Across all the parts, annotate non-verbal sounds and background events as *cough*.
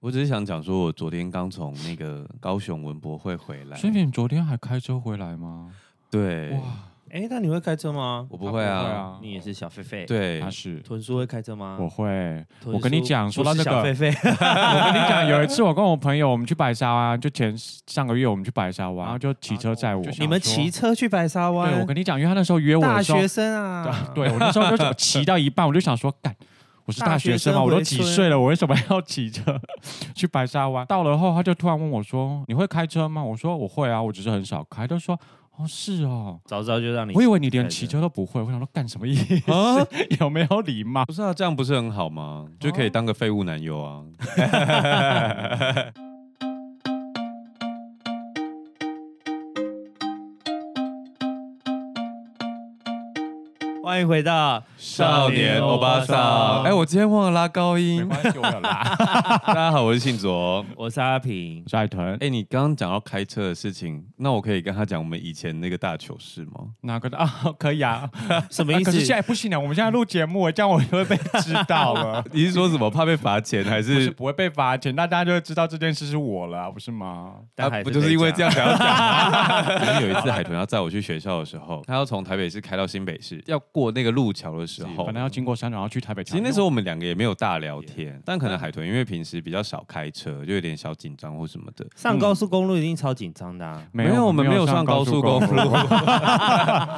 我只是想讲说，我昨天刚从那个高雄文博会回来。轩你昨天还开车回来吗？对，哇，哎、那你会开车吗？我不会啊，他不会啊你也是小狒狒。，对他，是豚叔会开车吗？我会，豚叔我跟你讲，说到不这是个，小狒狒，我跟你讲，有一次我跟我朋友我们去白沙湾，就前上个月我们去白沙湾，然后就骑车载我，就想啊哦你们骑车去白沙湾？对，我跟你讲，因为他那时候约我大的时候学，生啊， *laughs* 对我那时候就骑到一半，我就想说，干，我是大学生嘛，大学生我回都几岁了，我为什么要骑车去白沙湾？到了后，他就突然问我说：“你会开车吗？”我说：“我会啊，我只是很少开。”他就说：“哦，是哦。”早知道就让你我以为你连开骑车车都不会，我想说干什么意 *laughs* 思？有没有礼貌？不是啊，这样不是很好吗？就哦可以当个废物男友 *laughs* 啊。欢迎回到少年欧巴桑，哎，我今天忘了拉高音。关系，我有 *laughs* 啦。大家好，我是信卓。我是 *laughs* 阿平，帅腾，哎，你刚刚讲到开车的事情，那我可以跟他讲我们以前那个大糗事吗？。哪个的 *laughs* 啊？可以啊，什么啊意可思？是现在不行了，我们现在录节目，这样我就会被知道了你是说什么怕被罚钱，还不 *laughs* 是是不会被罚钱，大家就会知道这件事是我了啊，啊不是吗？但还不就是因为这样？样才要讲 *laughs* 吗？因为有一次海豚要载我去学校的时候，他要从台北市开到新北市，要过那个路桥的时候本，来要经过山，然后去台北。其实那时候我们两个也没有大聊天，但可能海豚因为平时比较少开车，就有点小紧张或什么的。嗯上高速公路一定超紧张的、啊。没没有我们没有上高速公路 *laughs* 路，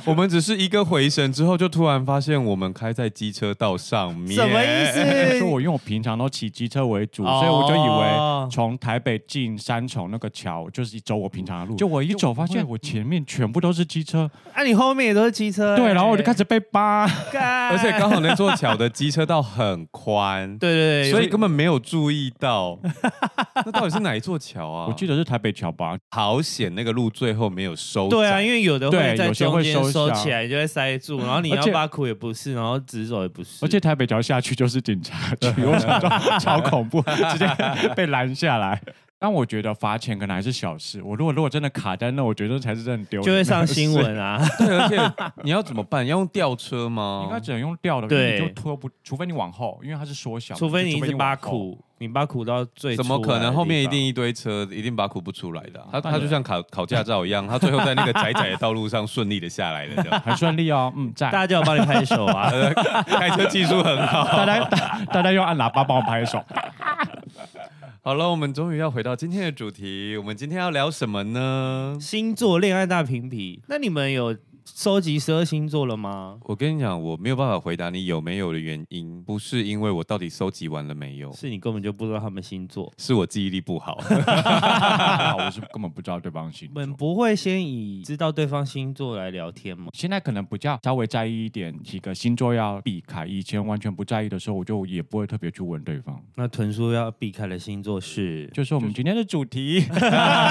我们只是一个回神之后，就突然发现我们开在机车道上面，什么意思？说我因为我平常都骑机车为主，哦所以我就以为从台北进三重那个桥就是走我平常的路。就我一走，发现我前面全部都是机车，哦啊，你后面也都是机车欸、对，然后我就开始被扒。干， *laughs* 而且刚好那座桥的机车道很宽， *laughs* 对对对，所以根本没有注意到。那到底是哪一座桥啊？我记得是台北桥吧？好险，那个路最后没有收窄。对啊，因为有的会对在有些会中间收收下起来，就会塞住，然后你而要且挖苦也不是，然后直走也不是，而且台北桥下去就是警察 *laughs* 局，我想说超恐怖，直接被拦下来。但我觉得罚钱可能还是小事，我如果如果真的卡在那，我觉得才是真的丢脸， *laughs* 就会上新。 *laughs* *laughs* 闻啊。对，而且你要怎么办？要用吊车吗？应该只能用吊的，对你就拖不，除非你往后，因为它是缩小，除非你一直挖挖。苦，你挖苦到最怎么出来可的能？后面地一方定一堆车，一定拔苦不出来的啊、他他当然就像考考驾照一样，他最后在那个窄窄的道路上顺利的下来了这 *laughs* 样。很顺利 *laughs* 哦，嗯，在 *laughs* 大家就要帮你拍手啊。 *laughs* 呃开车技术很好。大家大大家用按喇叭帮我拍 *laughs* 手。好了，我们终于要回到今天的主题。我们今天要聊什么呢？星座恋爱大评比，那你们有收集十二星座了吗？我跟你讲，我没有办法回答你有没有的原因，不是因为我到底收集完了没有，是你根本就不知道他们星座。是我记忆力不 *laughs* 好。我是根本不知道对方星你座们，不会先以知道对方星座来聊天吗？现在可能比较稍微在意一点几个星座要避开。以前完全不在意的时候，我就也不会特别去问对方。那豚叔要避开的星座是，就是我们今天的主题，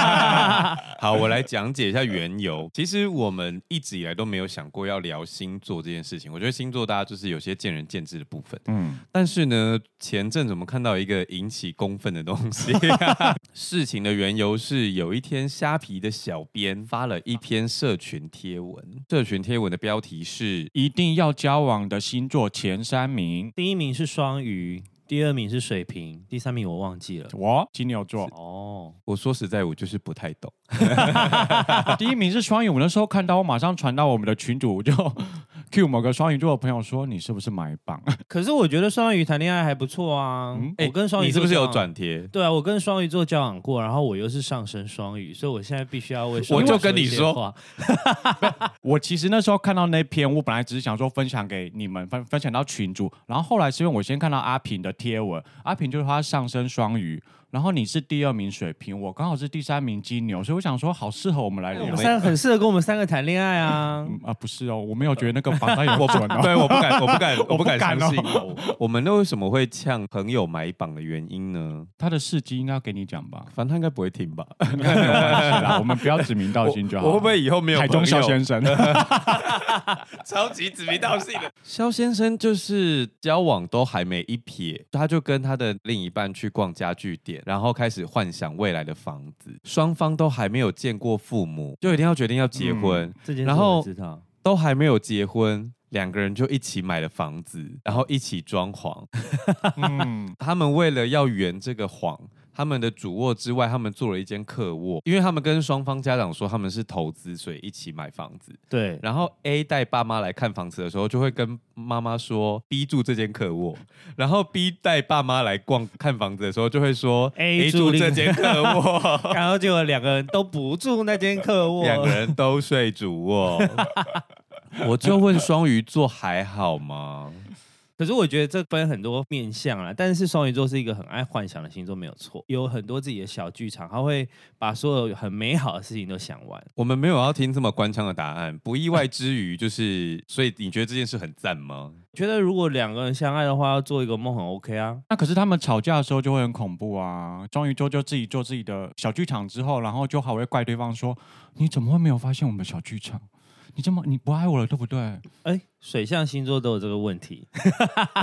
*laughs* 好，我来讲解一下缘由。其实我们一直以来都没有想过要聊星座这件事情。我觉得星座大家就是有些见仁见智的部分。嗯，但是呢，前阵子我们看到一个引起公愤的东西。事情的缘由是，有一天虾皮的小编发了一篇社群贴文，社群贴文的标题是一定要交往的星座前三名，第一名是双鱼，第二名是水瓶，第三名我忘记了。，我金牛座 *laughs* 哦，我说实在，我就是不太懂。啊第一名是双鱼。我那时候看到，我马上传到我们的群主，我就 *laughs* Q 某个双鱼座的朋友说：“你是不是买榜 *laughs* 可是我觉得双鱼谈恋爱还不错啊。嗯我跟双鱼你是不是座有交往？转贴？对啊，我跟双鱼座交往过，然后我又是上升双鱼，所以我现在必须要为双鱼我就跟你一些说话，？”我其实那时候看到那篇，我本来只是想说分享给你们，分分享到群主，然后后来是因为我先看到阿平的贴文，阿平就是他上升双鱼，然后你是第二名水瓶，我刚好是第三名金牛，所以我想说好适合我们来我聊。们三个很适合跟我们三个谈恋爱啊。嗯啊，不是哦，我没有觉得那个榜单 *laughs* 有准哦。对，我不敢，我不敢，我我不不敢敢相哦信。我我们那为什么会呛朋友买榜的原因呢？他的事迹应该要给你讲吧，反正他应该不会听吧？应该没有关系啦，我们不要指名道姓就好我我会不会以后没有台中朋小友先生？超级指名道姓的。肖先生就是交往都还没一撇，他就跟他的另一半去逛家具店，然后开始幻想未来的房子，双方都还没有见过父母，就一定要决定要结婚，这件事然后我知道。都还没有结婚。两个人就一起买了房子，然后一起装潢。嗯，他们为了要圆这个谎，他们的主卧之外，他们做了一间客卧，因为他们跟双方家长说他们是投资，所以一起买房子。 *laughs* 对，然后 A 带爸妈来看房子的时候，就会跟妈妈说 B 住这间客卧，然后 B 带爸妈来逛看房子的时候，就会说 A 住住这另间 *laughs* 客卧，然后结果两个人都不住那 *laughs* 间客卧，两个人都睡主卧。 *laughs* 我就问双鱼座还好吗？可是我觉得这分很多面相啦，但是双鱼座是一个很爱幻想的星座，没有错，有很多自己的小剧场，他会把所有很美好的事情都想完。我们没有要听这么官腔的答案，不意外之余，就是所以你觉得这件事很赞 *laughs* 吗？觉得如果两个人相爱的话，要做一个梦很 OK 啊。 *laughs* 那可是他们吵架的时候就会很恐怖啊！终于就就自己做自己的小剧场之后，然后就还会怪对方说：“你怎么会没有发现我们的小剧场？你这么你不爱我了，对不对哎，水象星座都有这个问题，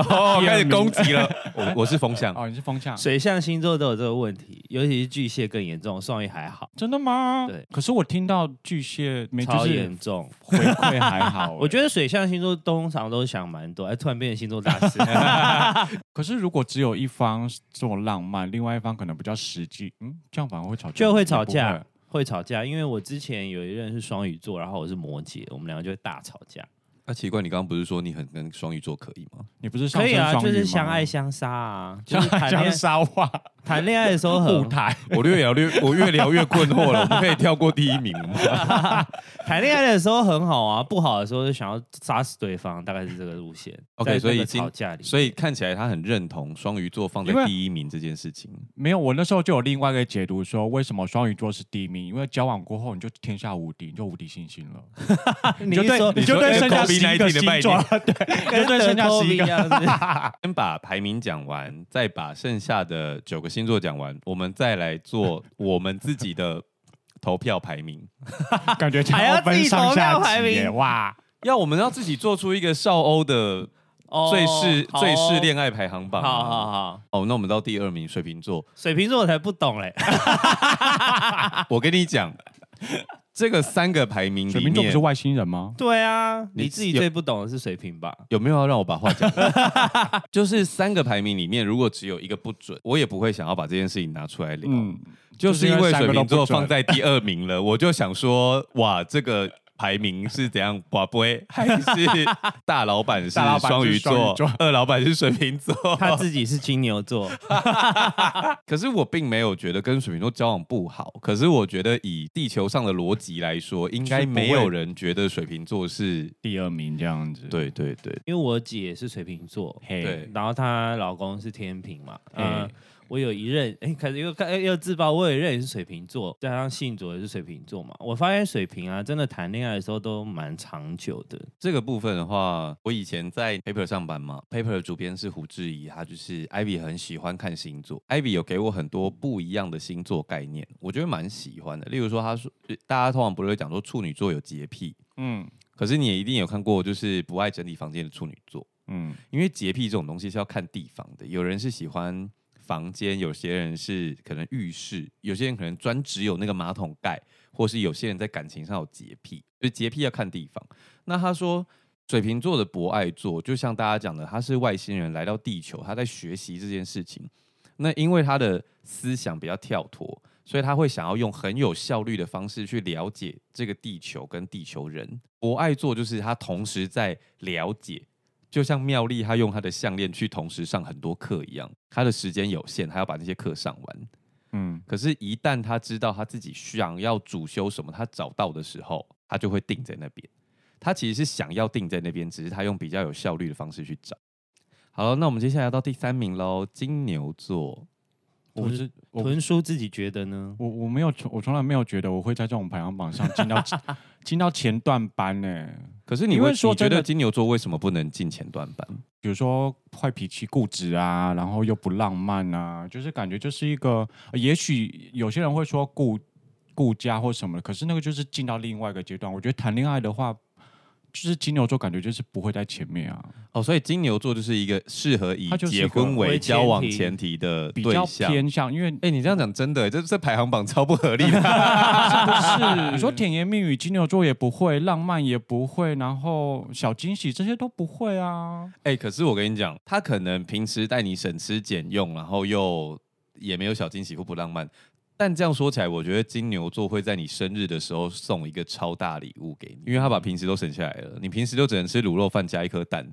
哦，开始攻击 *laughs* 了。我我是风？”向，哦，你是风向，水象星座都有这个问题，尤其是巨蟹更严重，双鱼还好，真的吗？对。可是我听到巨蟹没就超是严重。回馈还好欸、 *laughs* 我觉得水象星座通常都想蛮多，哎，突然变成星座大师，可是如果只有一方这么浪漫，另外一方可能比较实际，嗯，这样反而会吵架，就会吵也不架。会吵架。因为我之前有一任是双鱼座，然后我是摩羯，我们两个就会大吵架。那、啊奇怪，你刚刚不是说你很跟双鱼座可以吗？你不是上可以升啊，双就鱼是吗相爱相杀啊，就相是爱 *laughs* 谈恋相杀哇，谈恋爱的时候舞很台我越聊越我越聊越困惑了，我们可以跳过第一名吗？谈恋爱的时候很好啊，不好的时候就想要杀死对方，大概是这个路线。 OK，在那个所以今吵架 *laughs* 里，所以看起来他很认同双鱼座放因为在第一名这件事情。没有，我那时候就有另外一个解读说，为什么双鱼座是第一名？因为交往过后你就天下无敌，你就无敌信心了，你就对说你就对你说剩下跟十一个 COVID-19 的星拜座，对，*laughs* 跟就对剩下德十比一一个。样是不是，先把排名讲完，再把剩下的九个星座讲完，我们再来做我们自己的投票排名。 *laughs* 感觉啊还要分自己上投下票排级名耶哇！要我们要自己做出一个少欧的哦最是、好哦最是恋爱排行榜、好好好，哦，那我们到第二名水瓶座，水瓶座我才不懂 *laughs* 嘞，啊我跟你讲，这个三个排名水里瓶座不面是。外星人吗？对啊，你你自己有最不懂的是水瓶吧？有没有要让我把话讲完？ *laughs* 就是三个排名里面，如果只有一个不准，我也不会想要把这件事情拿出来聊。嗯，就是因为水瓶座放在。在第二名了，我就想说，哇，这个排名是怎样？宝贝，还是大老板是大老板双鱼是双座鱼座，二老板是水瓶座。他自己是金牛座， *laughs* *laughs* 可是我并没有觉得跟水瓶座交往不好，可是我觉得以地球上的逻辑来说，应该没有人觉得水瓶座是。第二名这样子。，对对对，因为我姐是水瓶座，嘿对然后她老公是天平嘛，嗯嘿，我有一任，哎，开始又开又自爆，我有一任也是水瓶座，加上信卓也是水瓶座嘛，我发现水瓶啊，真的谈恋爱的时候都蛮长久的，这个部分的话，我以前在 Paper 上班嘛，Paper 的主编是胡志怡，他就是 Ivy 很喜欢看星座，Ivy 有给我很多不一样的星座概念，我觉得蛮喜欢的。例如说，他说大家通常不是会讲说处女座有洁癖，嗯可是你也一定有看过，就是不爱整理房间的处女座，嗯，因为洁癖这种东西是要看地方的，有人是喜欢。房间有些人是可能浴室，有些人可能专只有那个马桶盖，或是有些人在感情上有洁癖，所以洁癖要看地方。那他说水瓶座的博爱座，就像大家讲的，他是外星人来到地球，他在学习这件事情。那因为他的思想比较跳脱，所以他会想要用很有效率的方式去了解这个地球跟地球人。博爱座就是他同时在了解。就像妙丽，她用她的项链去同时上很多课一样，她的时间有限，她要把这些课上完。嗯，可是，一旦他知道他自己想要主修什么，他找到的时候，他就会定在那边。他其实是想要定在那边，只是他用比较有效率的方式去找。好了，那我们接下来到第三名喽，金牛座。我不是我豚叔自己觉得呢？我我没有从我从来没有觉得我会在这种排行榜上进到 *laughs* 进到前段班呢、可是你因为会说你觉真得的金牛座为什么不能进前段班？比如说坏脾气、固执啊，然后又不浪漫啊，就是感觉就是一个，呃也许有些人会说顾顾家或什么的，可是那个就是进到另外一个阶段。我觉得谈恋爱的话，就是金牛座感觉就是不会在前面啊，哦，所以金牛座就是一个适合以他就是一结个婚为为前交往提前提的比对较象。偏向，因为 *laughs* 哎、你这样讲真的、这这排行榜超不合理的。是你说甜言蜜语，金牛座也不会，浪漫也不会，然后小惊喜这些都不会啊。哎、可是我跟你讲，他可能平时带你省吃俭用，然后又也没有小惊喜或不浪漫。但这样说起来，我觉得金牛座会在你生日的时候送一个超大礼物给你，因为他把平时都省下来了，你平时就只能吃卤肉饭加一颗蛋。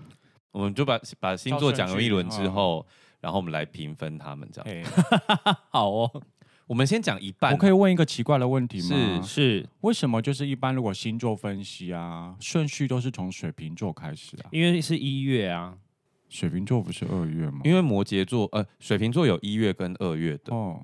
*laughs* 我们就把把星座讲了一轮之后，然后我们来评分他们这样。嘿 *laughs* 好哦，我们先讲一半，哎我可以问一个奇怪的问题吗？是是为什么就是一般如果星座分析啊，顺序都是从水瓶座开始啊？因为是一月啊，水瓶座不是二月吗？因为摩羯座呃水瓶座有一月跟二月的，哦，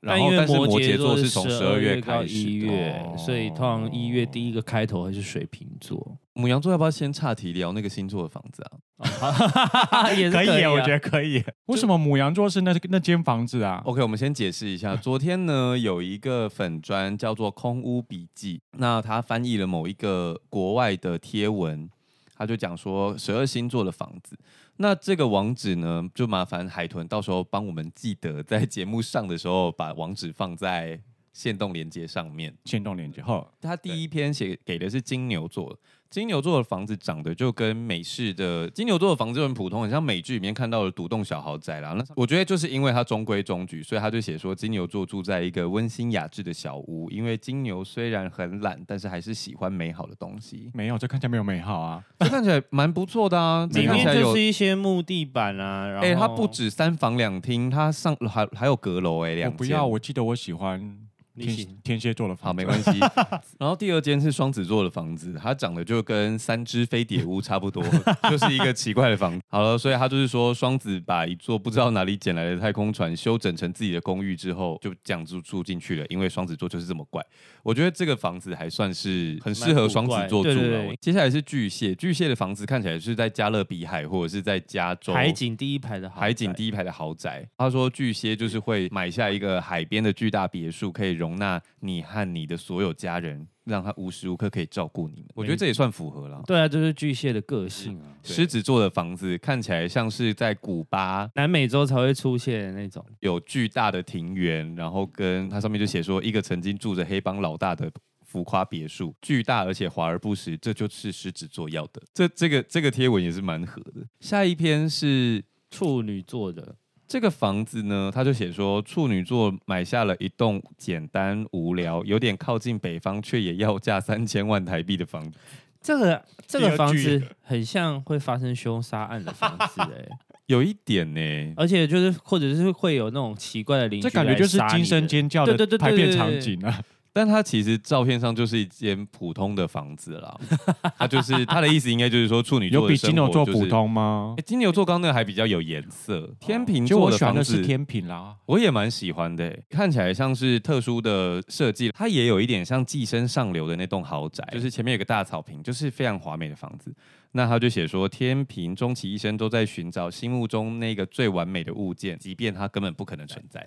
然因后为但是摩羯座是从十二月到开始一的。月，哦所以通常一月第一个开头会是水瓶座，母羊座要不要先岔题聊那个星座的房子啊？ *laughs* 也是可以啊，耶我觉得可以耶。为什么母羊座是那那间房子啊？ OK，我们先解释一下。 *laughs* 昨天呢，有一个粉砖叫做《空屋笔记》，那他翻译了某一个国外的贴文，他就讲说十二星座的房子。那这个网址呢，就麻烦海豚到时候帮我们记得在节目上的时候把网址放在线动连接上面。线动连接后，。他第一篇写给的是金牛座，金牛座的房子长得就跟美式的金牛座的房子就很普通，很像美剧里面看到的独栋小豪宅啦。那我觉得就是因为它中规中矩，所以他就写说金牛座住在一个温馨雅致的小屋，因为金牛虽然很懒，但是还是喜欢美好的东西没有，这看起来没有美好啊。这看起来蛮不错的啊，这里看起面来有就是一些木地板啊，然后哎、它不止三房两厅，它上还还有阁楼哎、我两不间要，我记得我喜欢你喜天天蝎座的好，房子。没啊关系。 *laughs* 然后第二间是双子座的房子，它长得就跟三只飞碟屋差 *laughs* 不多，就是一个奇怪的房子。好了，所以他就是说，双子把一座不知道哪里捡来的太空船修整成自己的公寓之后，就这样住住进去了。因为双子座就是这么怪，我觉得这个房子还算是很适合双子座住蛮古怪对了。对对接下来是巨蟹，巨蟹的房子看起来是在加勒比海或者是在加州海景第一排的豪宅海景第一排的豪宅。他说巨蟹就是会买下一个海边的巨大别墅，可以容纳你和你的所有家人，让他无时无刻可以照顾你们。我觉得这也算符合了。对啊，就是巨蟹的个性啊，狮子座的房子看起来像是在古巴南美洲才会出现的那种。有巨大的庭园，然后跟它上面就写说一个曾经住着黑帮老大的浮夸别墅，巨大而且华而不实，这就是狮子座要的。这这个这个贴文也是蛮合的。下一篇是处女座的，这个房子呢，他就写说，处女座买下了一栋简单无聊、有点靠近北方，却也要价三千万台币的房子。这个这第二个句房子很像会发生凶杀案的房 *laughs* 子哎、有一点呢、呃而且就是或者是会有那种奇怪的邻居这感觉就是来杀你惊声的尖叫对对的对对拍片对场对景啊！但它其实照片上就是一间普通的房子啦。 *laughs* 它就是他的意思，应该就是说处女有座比的金生牛活座就是普。通吗诶？金牛座刚那个还比较有颜色，天秤就我座喜欢房的子是天平啦，我也蛮喜欢的欸，看起来像是特殊的设计，它也有一点像寄生上流的那栋豪宅，就是前面有个大草坪，就是非常华美的房子。那他就写说，天平终其一生都在寻找心目中那个最完美的物件，即便它根本不可能存在。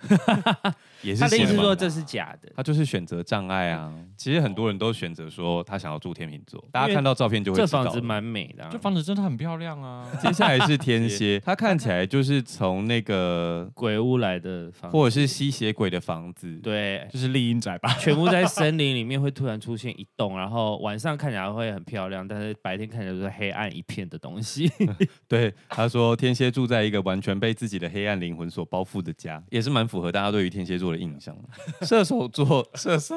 *laughs* 也是他的意写思得蛮说这是假的，他就是选择障碍啊。其实很多人都选择说他想要住天秤座，大家因为看到照片就会这知道房了。子蛮美的、啊这。房子真的很漂亮啊！ *laughs* 接下 *laughs* 来是天蝎，他看起来就是从那个鬼屋来的房子，或者是吸血鬼的房子，对，就是丽英仔吧？全部在森林里面会突然出现一栋，然后晚上看起来会很漂亮，但是白天看起来都是黑暗一片的东西。 *laughs* 对，他说天蝎住在一个完全被自己的黑暗灵魂所包覆的家，也是蛮符合大家对于天蝎座的印象。射手座， *laughs* 射手，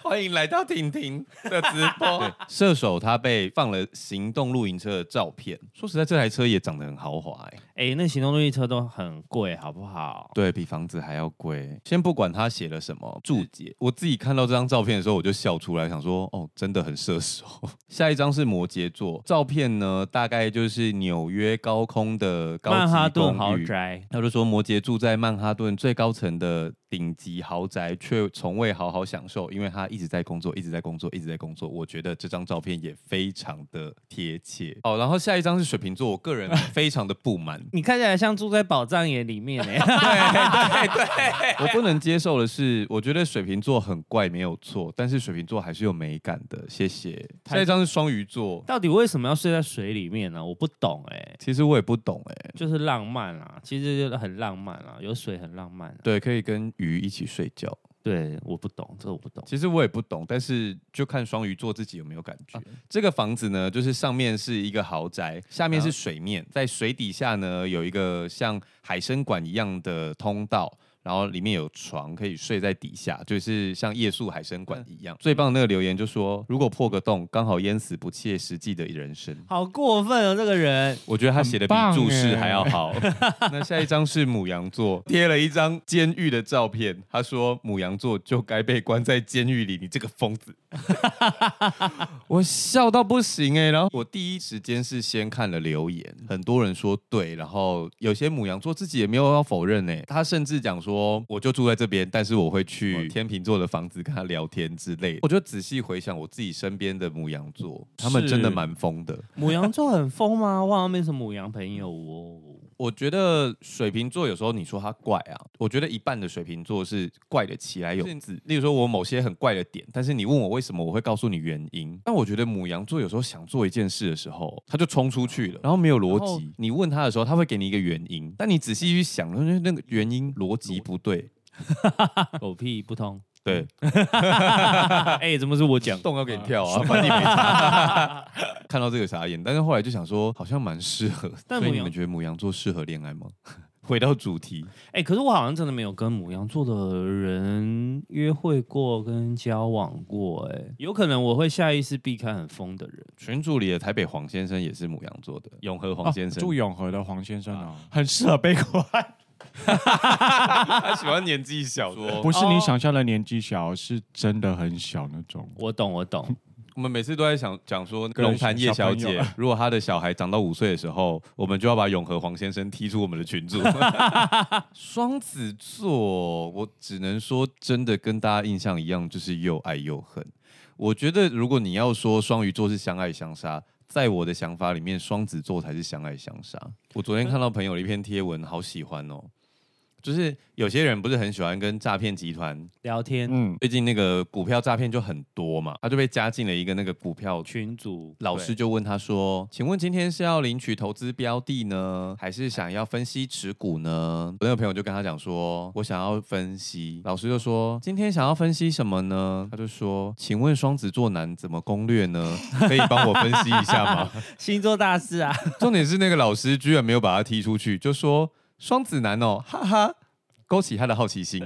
欢迎来到婷婷的直播。射手他被放了行动露营车的照片，说实在，这台车也长得很豪华、欸，哎、那行动路易车都很贵，好不好？对比房子还要贵。先不管他写了什么注嗯解，我自己看到这张照片的时候，我就笑出来，想说哦，真的很射手。 *laughs* 下一张是摩羯座，照片呢大概就是纽约高空的高级曼哈顿公寓豪宅，他就说，摩羯住在曼哈顿最高层的顶级豪宅，却从未好好享受，因为他一直在工作，一直在工作，一直在工作。我觉得这张照片也非常的贴切。哦，然后下一张是水瓶座，我个 *laughs* 人非常的不满。你看起来像住在宝藏岩里面哎、我不能接受的是，我觉得水瓶座很怪没有错，但是水瓶座还是有美感的。谢谢。下一张是双鱼座， *laughs* 到底为什么要睡在水里面呢、我不懂哎、其实我也不懂哎、就是浪漫啊，其实就是很浪漫啊，有水很浪漫、啊。对，可以跟鱼一起睡觉。对，我不懂，这我不懂。其实我也不懂，但是就看双鱼座自己有没有感觉。啊这个房子呢，就是上面是一个豪宅，下面是水面，在水底下呢有一个像海参馆一样的通道。然后里面有床可以睡在底下，就是像夜宿海参嗯馆一样。最棒的那个留言就说：“如果破个洞，刚好淹死不切实际的人生。好过分哦，这个人”我觉得他写的比很棒注释耶还要好。 *laughs* 那下一张是母羊座，贴了一张监狱的照片。他说：“母羊座就该被关在监狱里，你这个疯 *laughs* 子。”我笑到不行哎、然后我第一时间是先看了留言，很多人说对，然后有些母羊座自己也没有要否认哎、他甚至讲说我就住在这边，但是我会去天秤座的房子跟他聊天之类的。我就仔细回想我自己身边的母羊座，他们是真的蛮疯的。母羊座很疯吗？我好像没什么母羊朋友哦。我觉得水瓶座有时候你说他怪啊，我觉得一半的水瓶座是怪的起来有自。例如说我某些很怪的点，但是你问我为什么，我会告诉你原因。但我觉得母羊座有时候想做一件事的时候，他就冲出去了，然后没有逻然后辑。你问他的时候，他会给你一个原因，但你仔细去想，那那个原因逻辑不嗯对。狗屁不通。对， *laughs* 哎、怎么是我讲？洞要给你跳啊，反正你 *laughs* 没 *laughs* 差看到这个傻眼，但是后来就想说，好像蛮适合。但所以母你羊们觉得母羊座适合恋爱吗？ *laughs* 回到主题，哎、可是我好像真的没有跟母羊座的人约会过，跟交往过、哎，有可能我会下意识避开很疯的人。群主里的台北黄先生也是母羊座的，永和黄哦先生，住永和的黄先生哦，很适合被关，他喜欢年纪小的。不是你想象的年纪小，是真的很小那种。我懂，我懂。我们每次都在想讲说，跟龙潭叶小小朋姐友如果她的小孩长到五岁的时候，我们就要把永和黄先生踢出我们的群组。双子座，我只能说真的跟大家印象一样，就是又爱又恨。我觉得如果你要说双鱼座是相爱相杀。在我的想法里面，双子座才是相爱相杀。我昨天看到朋友的一篇贴文，好喜欢哦，就是有些人不是很喜欢跟诈骗集团聊天、嗯，最近那个股票诈骗就很多嘛，他就被加进了一个那个股票群。群组老师就问他说：“请问今天是要领取投资标的呢，还是想要分析持股呢？”我那个朋友就跟他讲说：“我想要分析。”老师就说：“今天想要分析什么呢？”他就说：“请问双子座男怎么攻略呢？可以帮我分析一下吗？”星座大 *laughs* 师啊，重点是那个老师居然没有把他踢出去，就说双子男哦，哈哈，勾起他的好奇 *laughs* 心。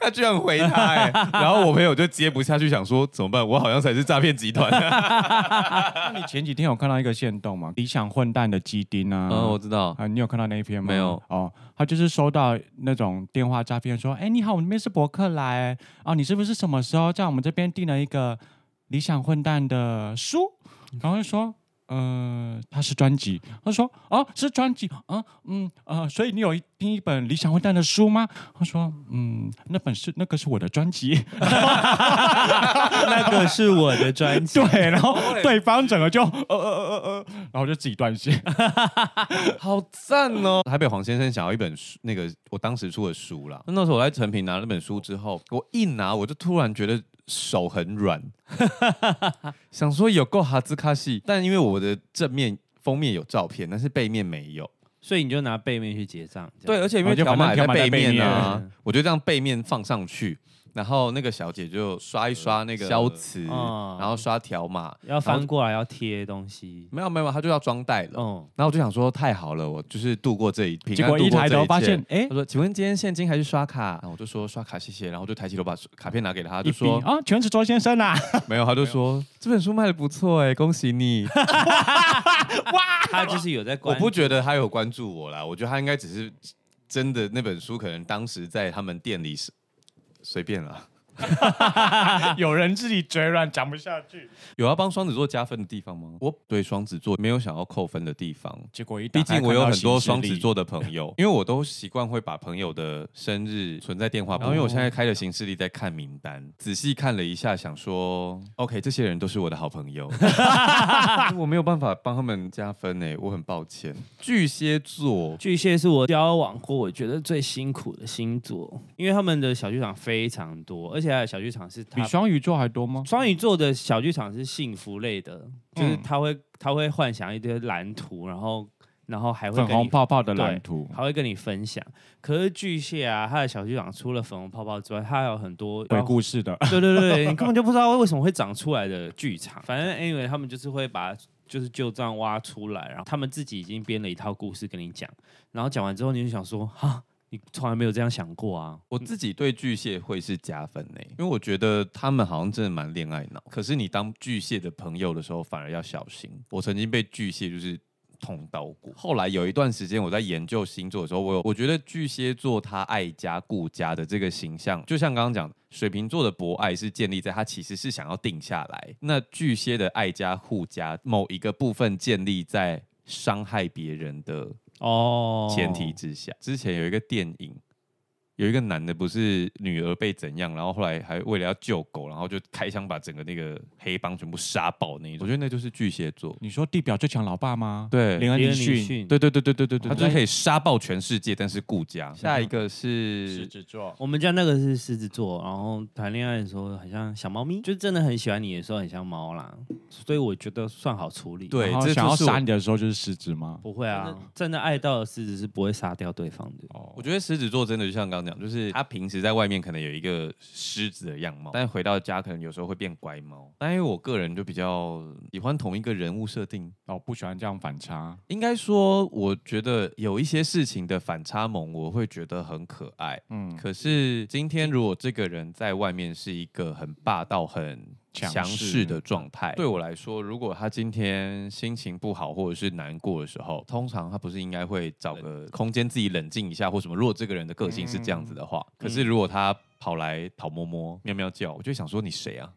他居然回他 *laughs* 哎、然后我朋友就接不下去，想说怎么办？我好像才是诈骗集团。啊那你前几天有看到一个线动吗？理想混蛋的基丁 *laughs* 啊，嗯，我知道，啊，你有看到那一篇吗？没有哦，他就是收到那种电话诈骗，说，哎，你好，我们那边是博客来，啊，你是不是什么时候在我们这边订了一个理想混蛋的书？然后就说，呃，他是专辑，他说，哦，是专辑，啊，嗯，呃，所以你有一订一本理想混蛋的书吗？他说，嗯，那本是那个是我的专辑， *laughs* 那个是我的专辑。 *laughs* 对，然后对方整个就，呃呃呃呃，呃然后就自己断线，好赞哦！台北黄先生想要一本书，那个我当时出的书啦。那时候我在成品拿那本书之后，我一拿我就突然觉得手很 *laughs* 软，想说有够哈兹卡西，但因为我的正面封面有照片，但是背面没有。所以你就拿背面去结账。这对，样而且因为哦就条码也反正在条码在背背面啊面，我就这样背面放上去，然后那个小姐就刷一刷那个消磁，哦然后刷条码，要翻过来要贴东 *laughs* 西。没有没有，她就要装袋了。嗯，然后我就想说，太好了，我就是度过这一平结安果度一过抬这头一发切现，哎他。说：“请问今天现金还是刷卡？”然后我就说：“刷卡，谢谢。”然后我就抬起头把卡片拿给了他，一就说说啊，全是周先生啊！：“ *laughs* 没有。”他就 *laughs* 说：“这本书卖的不错哎，恭喜 *laughs* 你。他就是有在”我关。不觉得他有关注我啦，我觉得他应该只是真的那本书，可能当时在他们店里是随便啦。啊 *laughs* 有人自己嘴软讲不下去，有要帮双子座加分的地方吗？我对双子座没有想要扣分的地方，结果一毕竟我有很多双子，座的朋 *laughs* 友，因为我都习惯会把朋友的生日存在电话簿，然后因为我现在开了行事历在看名单，仔细看了一下，想说，OK，这些人都是我的好朋 *laughs* 友，我没有办法帮他们加分诶，我很抱歉。巨蟹座，巨蟹是我交往过我觉得最辛苦的星座，因为他们的小剧场非常多，而且他的小剧场是比他双鱼座还多吗？双鱼座的嗯小剧场是幸福类的，就是他会他会幻想一堆蓝图，然后然后还会粉跟红你泡泡的蓝图，还会跟你分享。可是巨蟹啊，它的小剧场除了粉红泡泡之外，它还有很多鬼故事的，对对对，你根本就不知道为什么会长出来的剧场。反正 anyway，他们就是会把就是旧账挖出来，然后他们自己已经编了一套故事跟你讲，然后讲完之后你就想说，哈，你从来没有这样想过啊。我自己对巨蟹会是加分呢、因为我觉得他们好像真的蛮恋爱脑。可是你当巨蟹的朋友的时候，反而要小心。我曾经被巨蟹就是捅刀过。后来有一段时间我在研究星座的时候，我有我觉得巨蟹座他爱家顾家的这个形象，就像刚刚讲，水瓶座的博爱是建立在他其实是想要定下来，那巨蟹的爱家护家某一个部分建立在伤害别人的哦前提之下。之前有一个电影，有一个男的不是女儿被怎样，然后后来还为了要救狗，然后就开枪把整个那个黑帮全部杀爆那一种。我觉得那就是巨蟹座，你说地表最强老爸吗？，对林恩连尼你逊，逊，对对对对对对对，他他就就是可以杀爆全世界，但是顾家。嗯下一个狮是子座，我们家那个是狮子座，然后谈恋爱的时候很像小猫咪，就真的很喜欢你的时候很像猫啦，所以我觉得算好处理。对然后这想要就是我杀你的时候就是狮子吗？不会啊，真的爱到的狮子是不会杀掉对方的。我觉得狮子座真的就像刚刚讲，就是他平时在外面可能有一个狮子的样貌，但回到家可能有时候会变乖猫。但因为我个人就比较喜欢同一个人物设定，哦，不喜欢这样反差。应该说，我觉得有一些事情的反差萌，我会觉得很可爱。嗯，可是今天如果这个人在外面是一个很霸道、很强强势势的状态，对我来说，如果他今天心情不好或者是难过的时候，通常他不是应该会找个空间自己冷静一下或什么？如果这个人的个性是这样子的话，可是如果他跑来讨摸摸、嗯喵喵叫，我就想说你谁啊？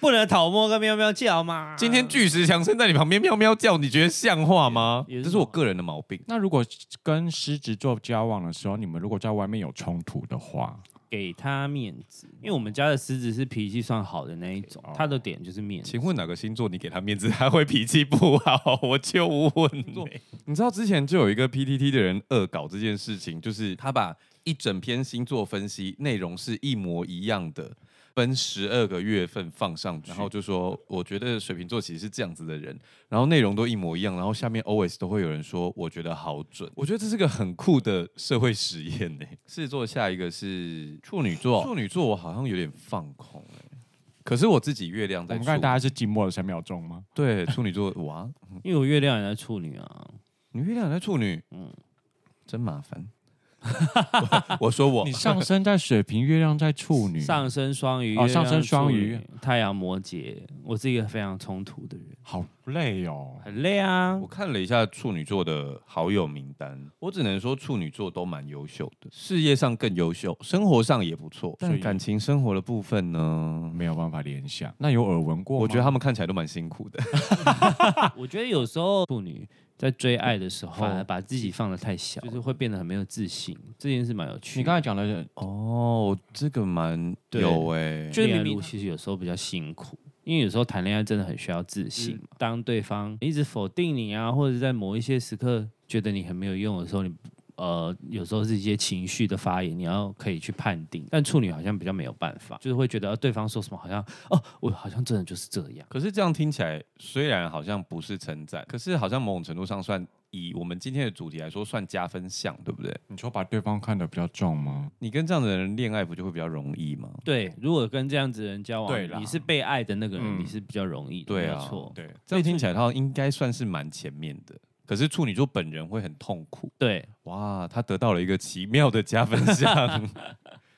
不能讨摸跟喵喵叫吗？今天巨石强森在你旁边喵喵叫，你觉得像话吗？也也是这是我哦个人的毛病。那如果跟狮子座交往的时候，你们如果在外面有冲突的话，给他面子，因为我们家的狮子是脾气算好的那一种哦，他的点就是面子。请问哪个星座你给他面子，他会脾气不好？我就问你、 *laughs* 你知道之前就有一个 PTT 的人恶搞这件事情，就是他把一整篇星座分析内容是一模一样的，分十二个月份放上去，然后就说我觉得水瓶座其实是这样子的人，然后内容都一模一样，然后下面 always 都会有人说我觉得好准，我觉得这是个很酷的社会实验呢、 *laughs* 狮子座下一个是处女座，处女座我好像有点放空哎、可是我自己月亮我在们处看大家是静默了三秒钟吗？对，处女座哇，因为我月亮也在处女啊，你月亮在处女，嗯嗯，真麻烦。 *laughs* 我我说我你上升在水瓶，月亮在处女，嗯上升双鱼，哦月亮上升双鱼处女，太阳摩羯，我是一个非常冲突的人，好累哦。很累啊我。看了一下处女座的好友名单，我只能说处女座都蛮优秀的，事业上更优秀，生活上也不错，所但以感情生活的部分呢，没有办法联想，那有耳闻过吗？我觉得他们看起来都蛮辛苦的。我觉得有时候处女在追爱的时候，反反而而把自己放的太小，就是会变得很没有自信，这件事蛮有趣。你刚才讲的哦，这个蛮对有哎、就是恋明爱明路其实有时候比较辛苦，因为有时候谈恋爱真的很需要自信嘛。当对方一直否定你啊，或者在某一些时刻觉得你很没有用的时候，你呃有时候是一些情绪的发言，你要可以去判定。但处女好像比较没有办法，就是会觉得呃对方说什么好像哦，我好像真的就是这样。可是这样听起来，虽然好像不是称赞，可是好像某种程度上算以我们今天的主题来说，算加分项，对不对？你说把对方看得比较重吗？你跟这样的人恋爱不就会比较容易吗？对，如果跟这样子的人交对往，啦你是被爱的那个人，嗯你是比较容易的，对啊没有错，对，这样听起来他应该算是蛮前面的。可是处女座本人会很痛苦，对，哇，他得到了一个奇妙的加分 *laughs* 项。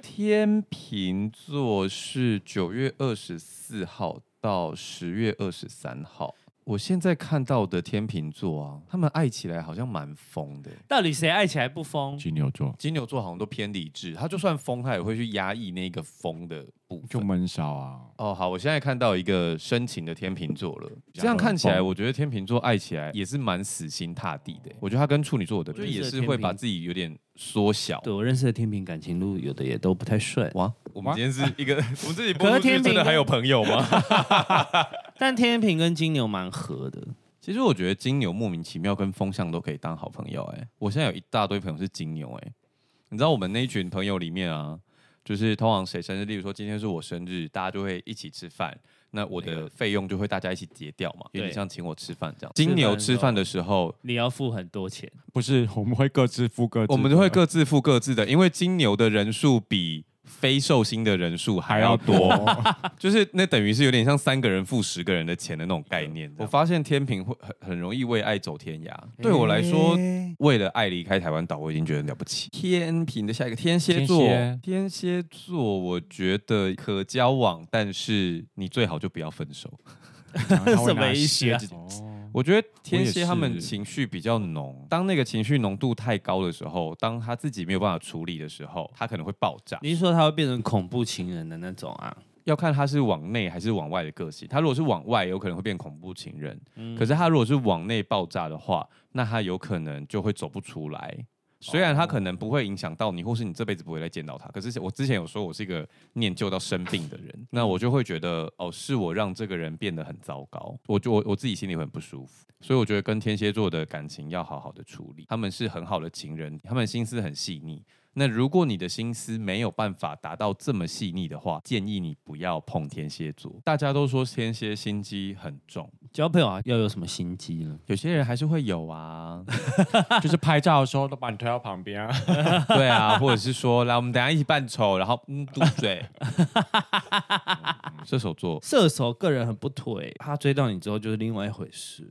天秤座是九月二十四号到十月二十三号。我现在看到的天秤座啊，他们爱起来好像蛮疯的。到底谁爱起来不疯？金牛座金牛座好像都偏理智，他就算疯，他也会去压抑那个疯的部就分。闷骚啊，哦，好，我现在看到一个深情的天秤座了。较这样看起来，哦疯我觉得天秤座爱起来也是蛮死心塌地的。欸我觉得他跟处女座的，我就认识也的是会把天秤自己有点缩小。对我认识的天平感情路有的也都不太顺，哇，我们今天是一个，我们自 *laughs* 己播可出是去天真的秤还有朋友吗？ *laughs* 但天平跟金牛蛮合的，其实我觉得金牛莫名其妙跟风向都可以当欸好朋友。哎，我现在有一大堆朋友是金牛，哎，你知道我们那一群朋友里面啊，就是通常谁生日，例如说今天是我生日，大家就会一起吃饭，那我的费用就会大家一起结掉嘛，有点哎对像请我吃饭这样。吃饭金牛的时吃候饭的时候，你要付很多钱，不是，我们会各自付各自的，我们就会各自啊付各自的，因为金牛的人数比非寿星的人数还还要要多。多，就是那等于是有点像三个人付十个人的钱的那种概念。我发现天平会很很容易为爱走天涯， *laughs* 对我来说。诶为了爱离开台湾岛，我已经觉得了不起。天平的下一个天蝎座，天天蝎座，我觉得可交往，但是你最好就不要分手。什么意思啊？哦我觉得天我也蝎是他们情绪比较浓，当那个情绪浓度太高的时候，当他自己没有办法处理的时候，他可能会爆炸。你是说他会变成恐怖情人的那种啊？要看他是往内还是往外的个性。他如果是往外，有可能会变恐怖情人；嗯可是他如果是往内爆炸的话，那他有可能就会走不出来。虽然他可能不会影响到你，或是你这辈子不会再见到他，可是我之前有说我是一个念旧到生病的人，那我就会觉得哦，是我让这个人变得很糟糕，我就我我自己心里会很不舒服。所以我觉得跟天蝎座的感情要好好的处理，他们是很好的情人，他们心思很细腻。那如果你的心思没有办法达到这么细腻的话，建议你不要碰天蝎座。大家都说天蝎心机很重，交朋友啊，要有什么心机呢？有些人还是会有啊， *laughs* *laughs* 就是拍照的时候都把你推到旁边啊，对啊，或者是说来我们等一下一起扮丑，然后嗯嘟嘴。嗯射手座射手个人很不推，他追到你之后就是另外一回事。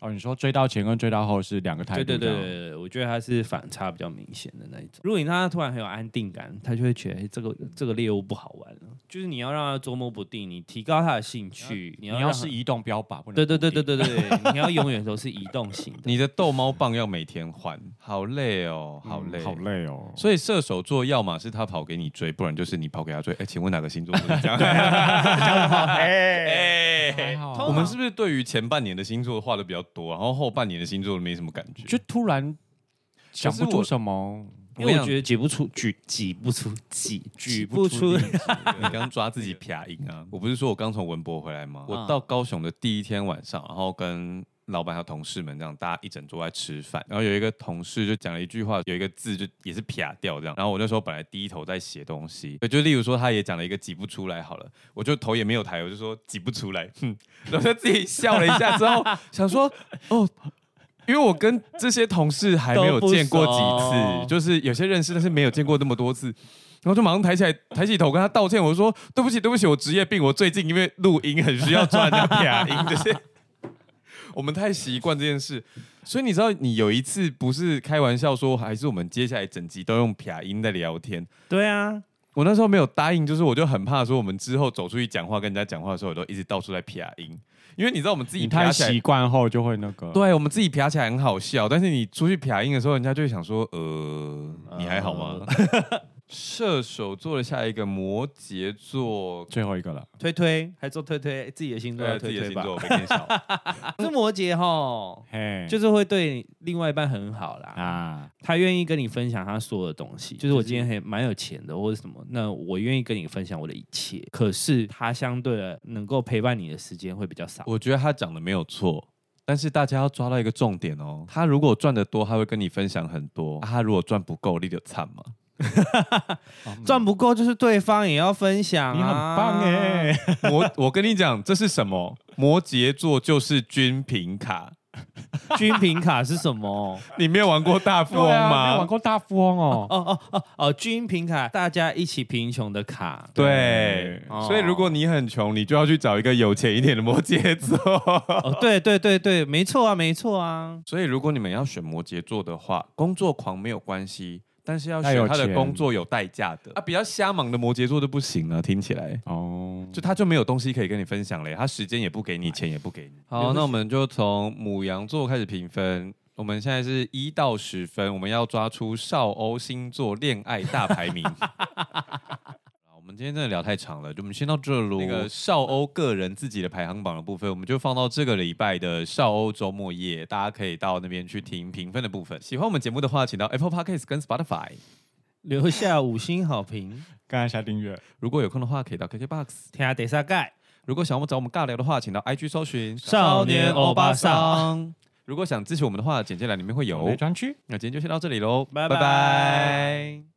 哦，你说追到前跟追到后是两个态对度，对对对，对我觉得他是反差比较明显的那一种。如果你让他突然很有安定感，他就会觉得、哎这个这个猎物不好玩了。就是你要让他捉摸不定，你提高他的兴趣，你你要要让是他移动标靶，不能对对对对固定，对对对，你要永远都是移动型的。你的逗猫棒要每天换，好累哦，好累，嗯好。累哦。所以射手座要么是他跑给你追，不然就是你跑给他追。哎、请问哪个星座不是这样？哎还好啊我们是不是对于前半年的星座画的比较多，然后后半年的星座没什么感觉？就突然想不出什么，因为我我想觉得挤不出，举挤不出，挤举不不出出。 *laughs* *laughs* 你刚抓自己撇音啊！嗯我不是说我刚从文博回来吗？我到高雄的第一天晚上，然后跟老板还有同事们这样，大家一整桌在吃饭，然后有一个同事就讲了一句话，有一个字就也是撇掉这样。然后我那时候本来低头在写东西，就例如说他也讲了一个挤不出来好了，我就头也没有抬，我就说挤不出来， *laughs* 哼，然后就自己笑了一下之后，想说哦。因为我跟这些同事还没有都不见过熟几次，就是有些认识，但是没有见过那么多次。然后就马上抬起来，抬起头跟他道歉，我说对不起，对不起，我职业病，我最近因为录音很需要抓人家啪音这些， *laughs* 我们太习惯这件事，所以你知道，你有一次不是开玩笑说，还是我们接下来整集都用啪音在聊天。对啊，我那时候没有答应，就是我就很怕说我们之后走出去讲话跟人家讲话的时候，我都一直到处在啪音，因为你知道我们自己你啪太起来习惯后就会那个。对我们自己撇起来很好笑，但是你出去撇音的时候，人家就会想说：“呃，你还好吗？”嗯 *laughs* 射手座的下一个摩羯座，最后一个了，推推还做推推，哎自己的星座要对哎自推己的星推吧。座被揭晓。 *laughs* 这摩羯哈，嘿，就是会对另外一半很好啦。啊，他愿意跟你分享他所有的东西，嗯就是我今天还蛮有钱的，或者什么，那我愿意跟你分享我的一切。可是他相对的能够陪伴你的时间会比较少。我觉得他讲的没有错，但是大家要抓到一个重点哦。他如果赚得多，他会跟你分享很多；啊他如果赚不够，你就惨嘛。赚不够就是对方也要分享、啊，你很棒欸哎！我 *laughs* 我跟你讲，这是什么？摩羯座就是均平卡。军品卡是什么？你没有玩过大富翁对啊，没有吗玩？过大富翁哦，哦哦哦哦，均贫卡，大家一起贫穷的卡。对，啊哦所以如果你很穷，你就要去找一个有钱一点的摩羯座。哦，对对对对，没错啊，没错啊。 *laughs* 所以如果你们要选摩羯座的话，工作狂没有关系，但是要要选有他的钱工作有代价的啊。比较瞎忙的摩羯座就不行啊，听起来哦，就他就没有东西可以跟你分享嘞，他时间也不给你，钱也不给你。好，那我们就从母羊座开始评分。我们现在是一到十分，我们要抓出少欧星座恋爱大排 *laughs* 名。好我们今天真的聊太长了，就我们先到这喽。那个少欧个人自己的排行榜的部分，我们就放到这个礼拜的少欧周末夜，大家可以到那边去听评分的部分。喜欢我们节目的话，请到 Apple Podcast 跟 Spotify。留下五星好评，刚才下订阅，如果有空的话，可以到 KKBox。天下得撒盖，如果想要找我们尬聊的话，请到 IG 搜寻少年欧巴桑。如果想支持我们的话，简介栏里面会有没。专区。那今天就先到这里喽，拜拜拜拜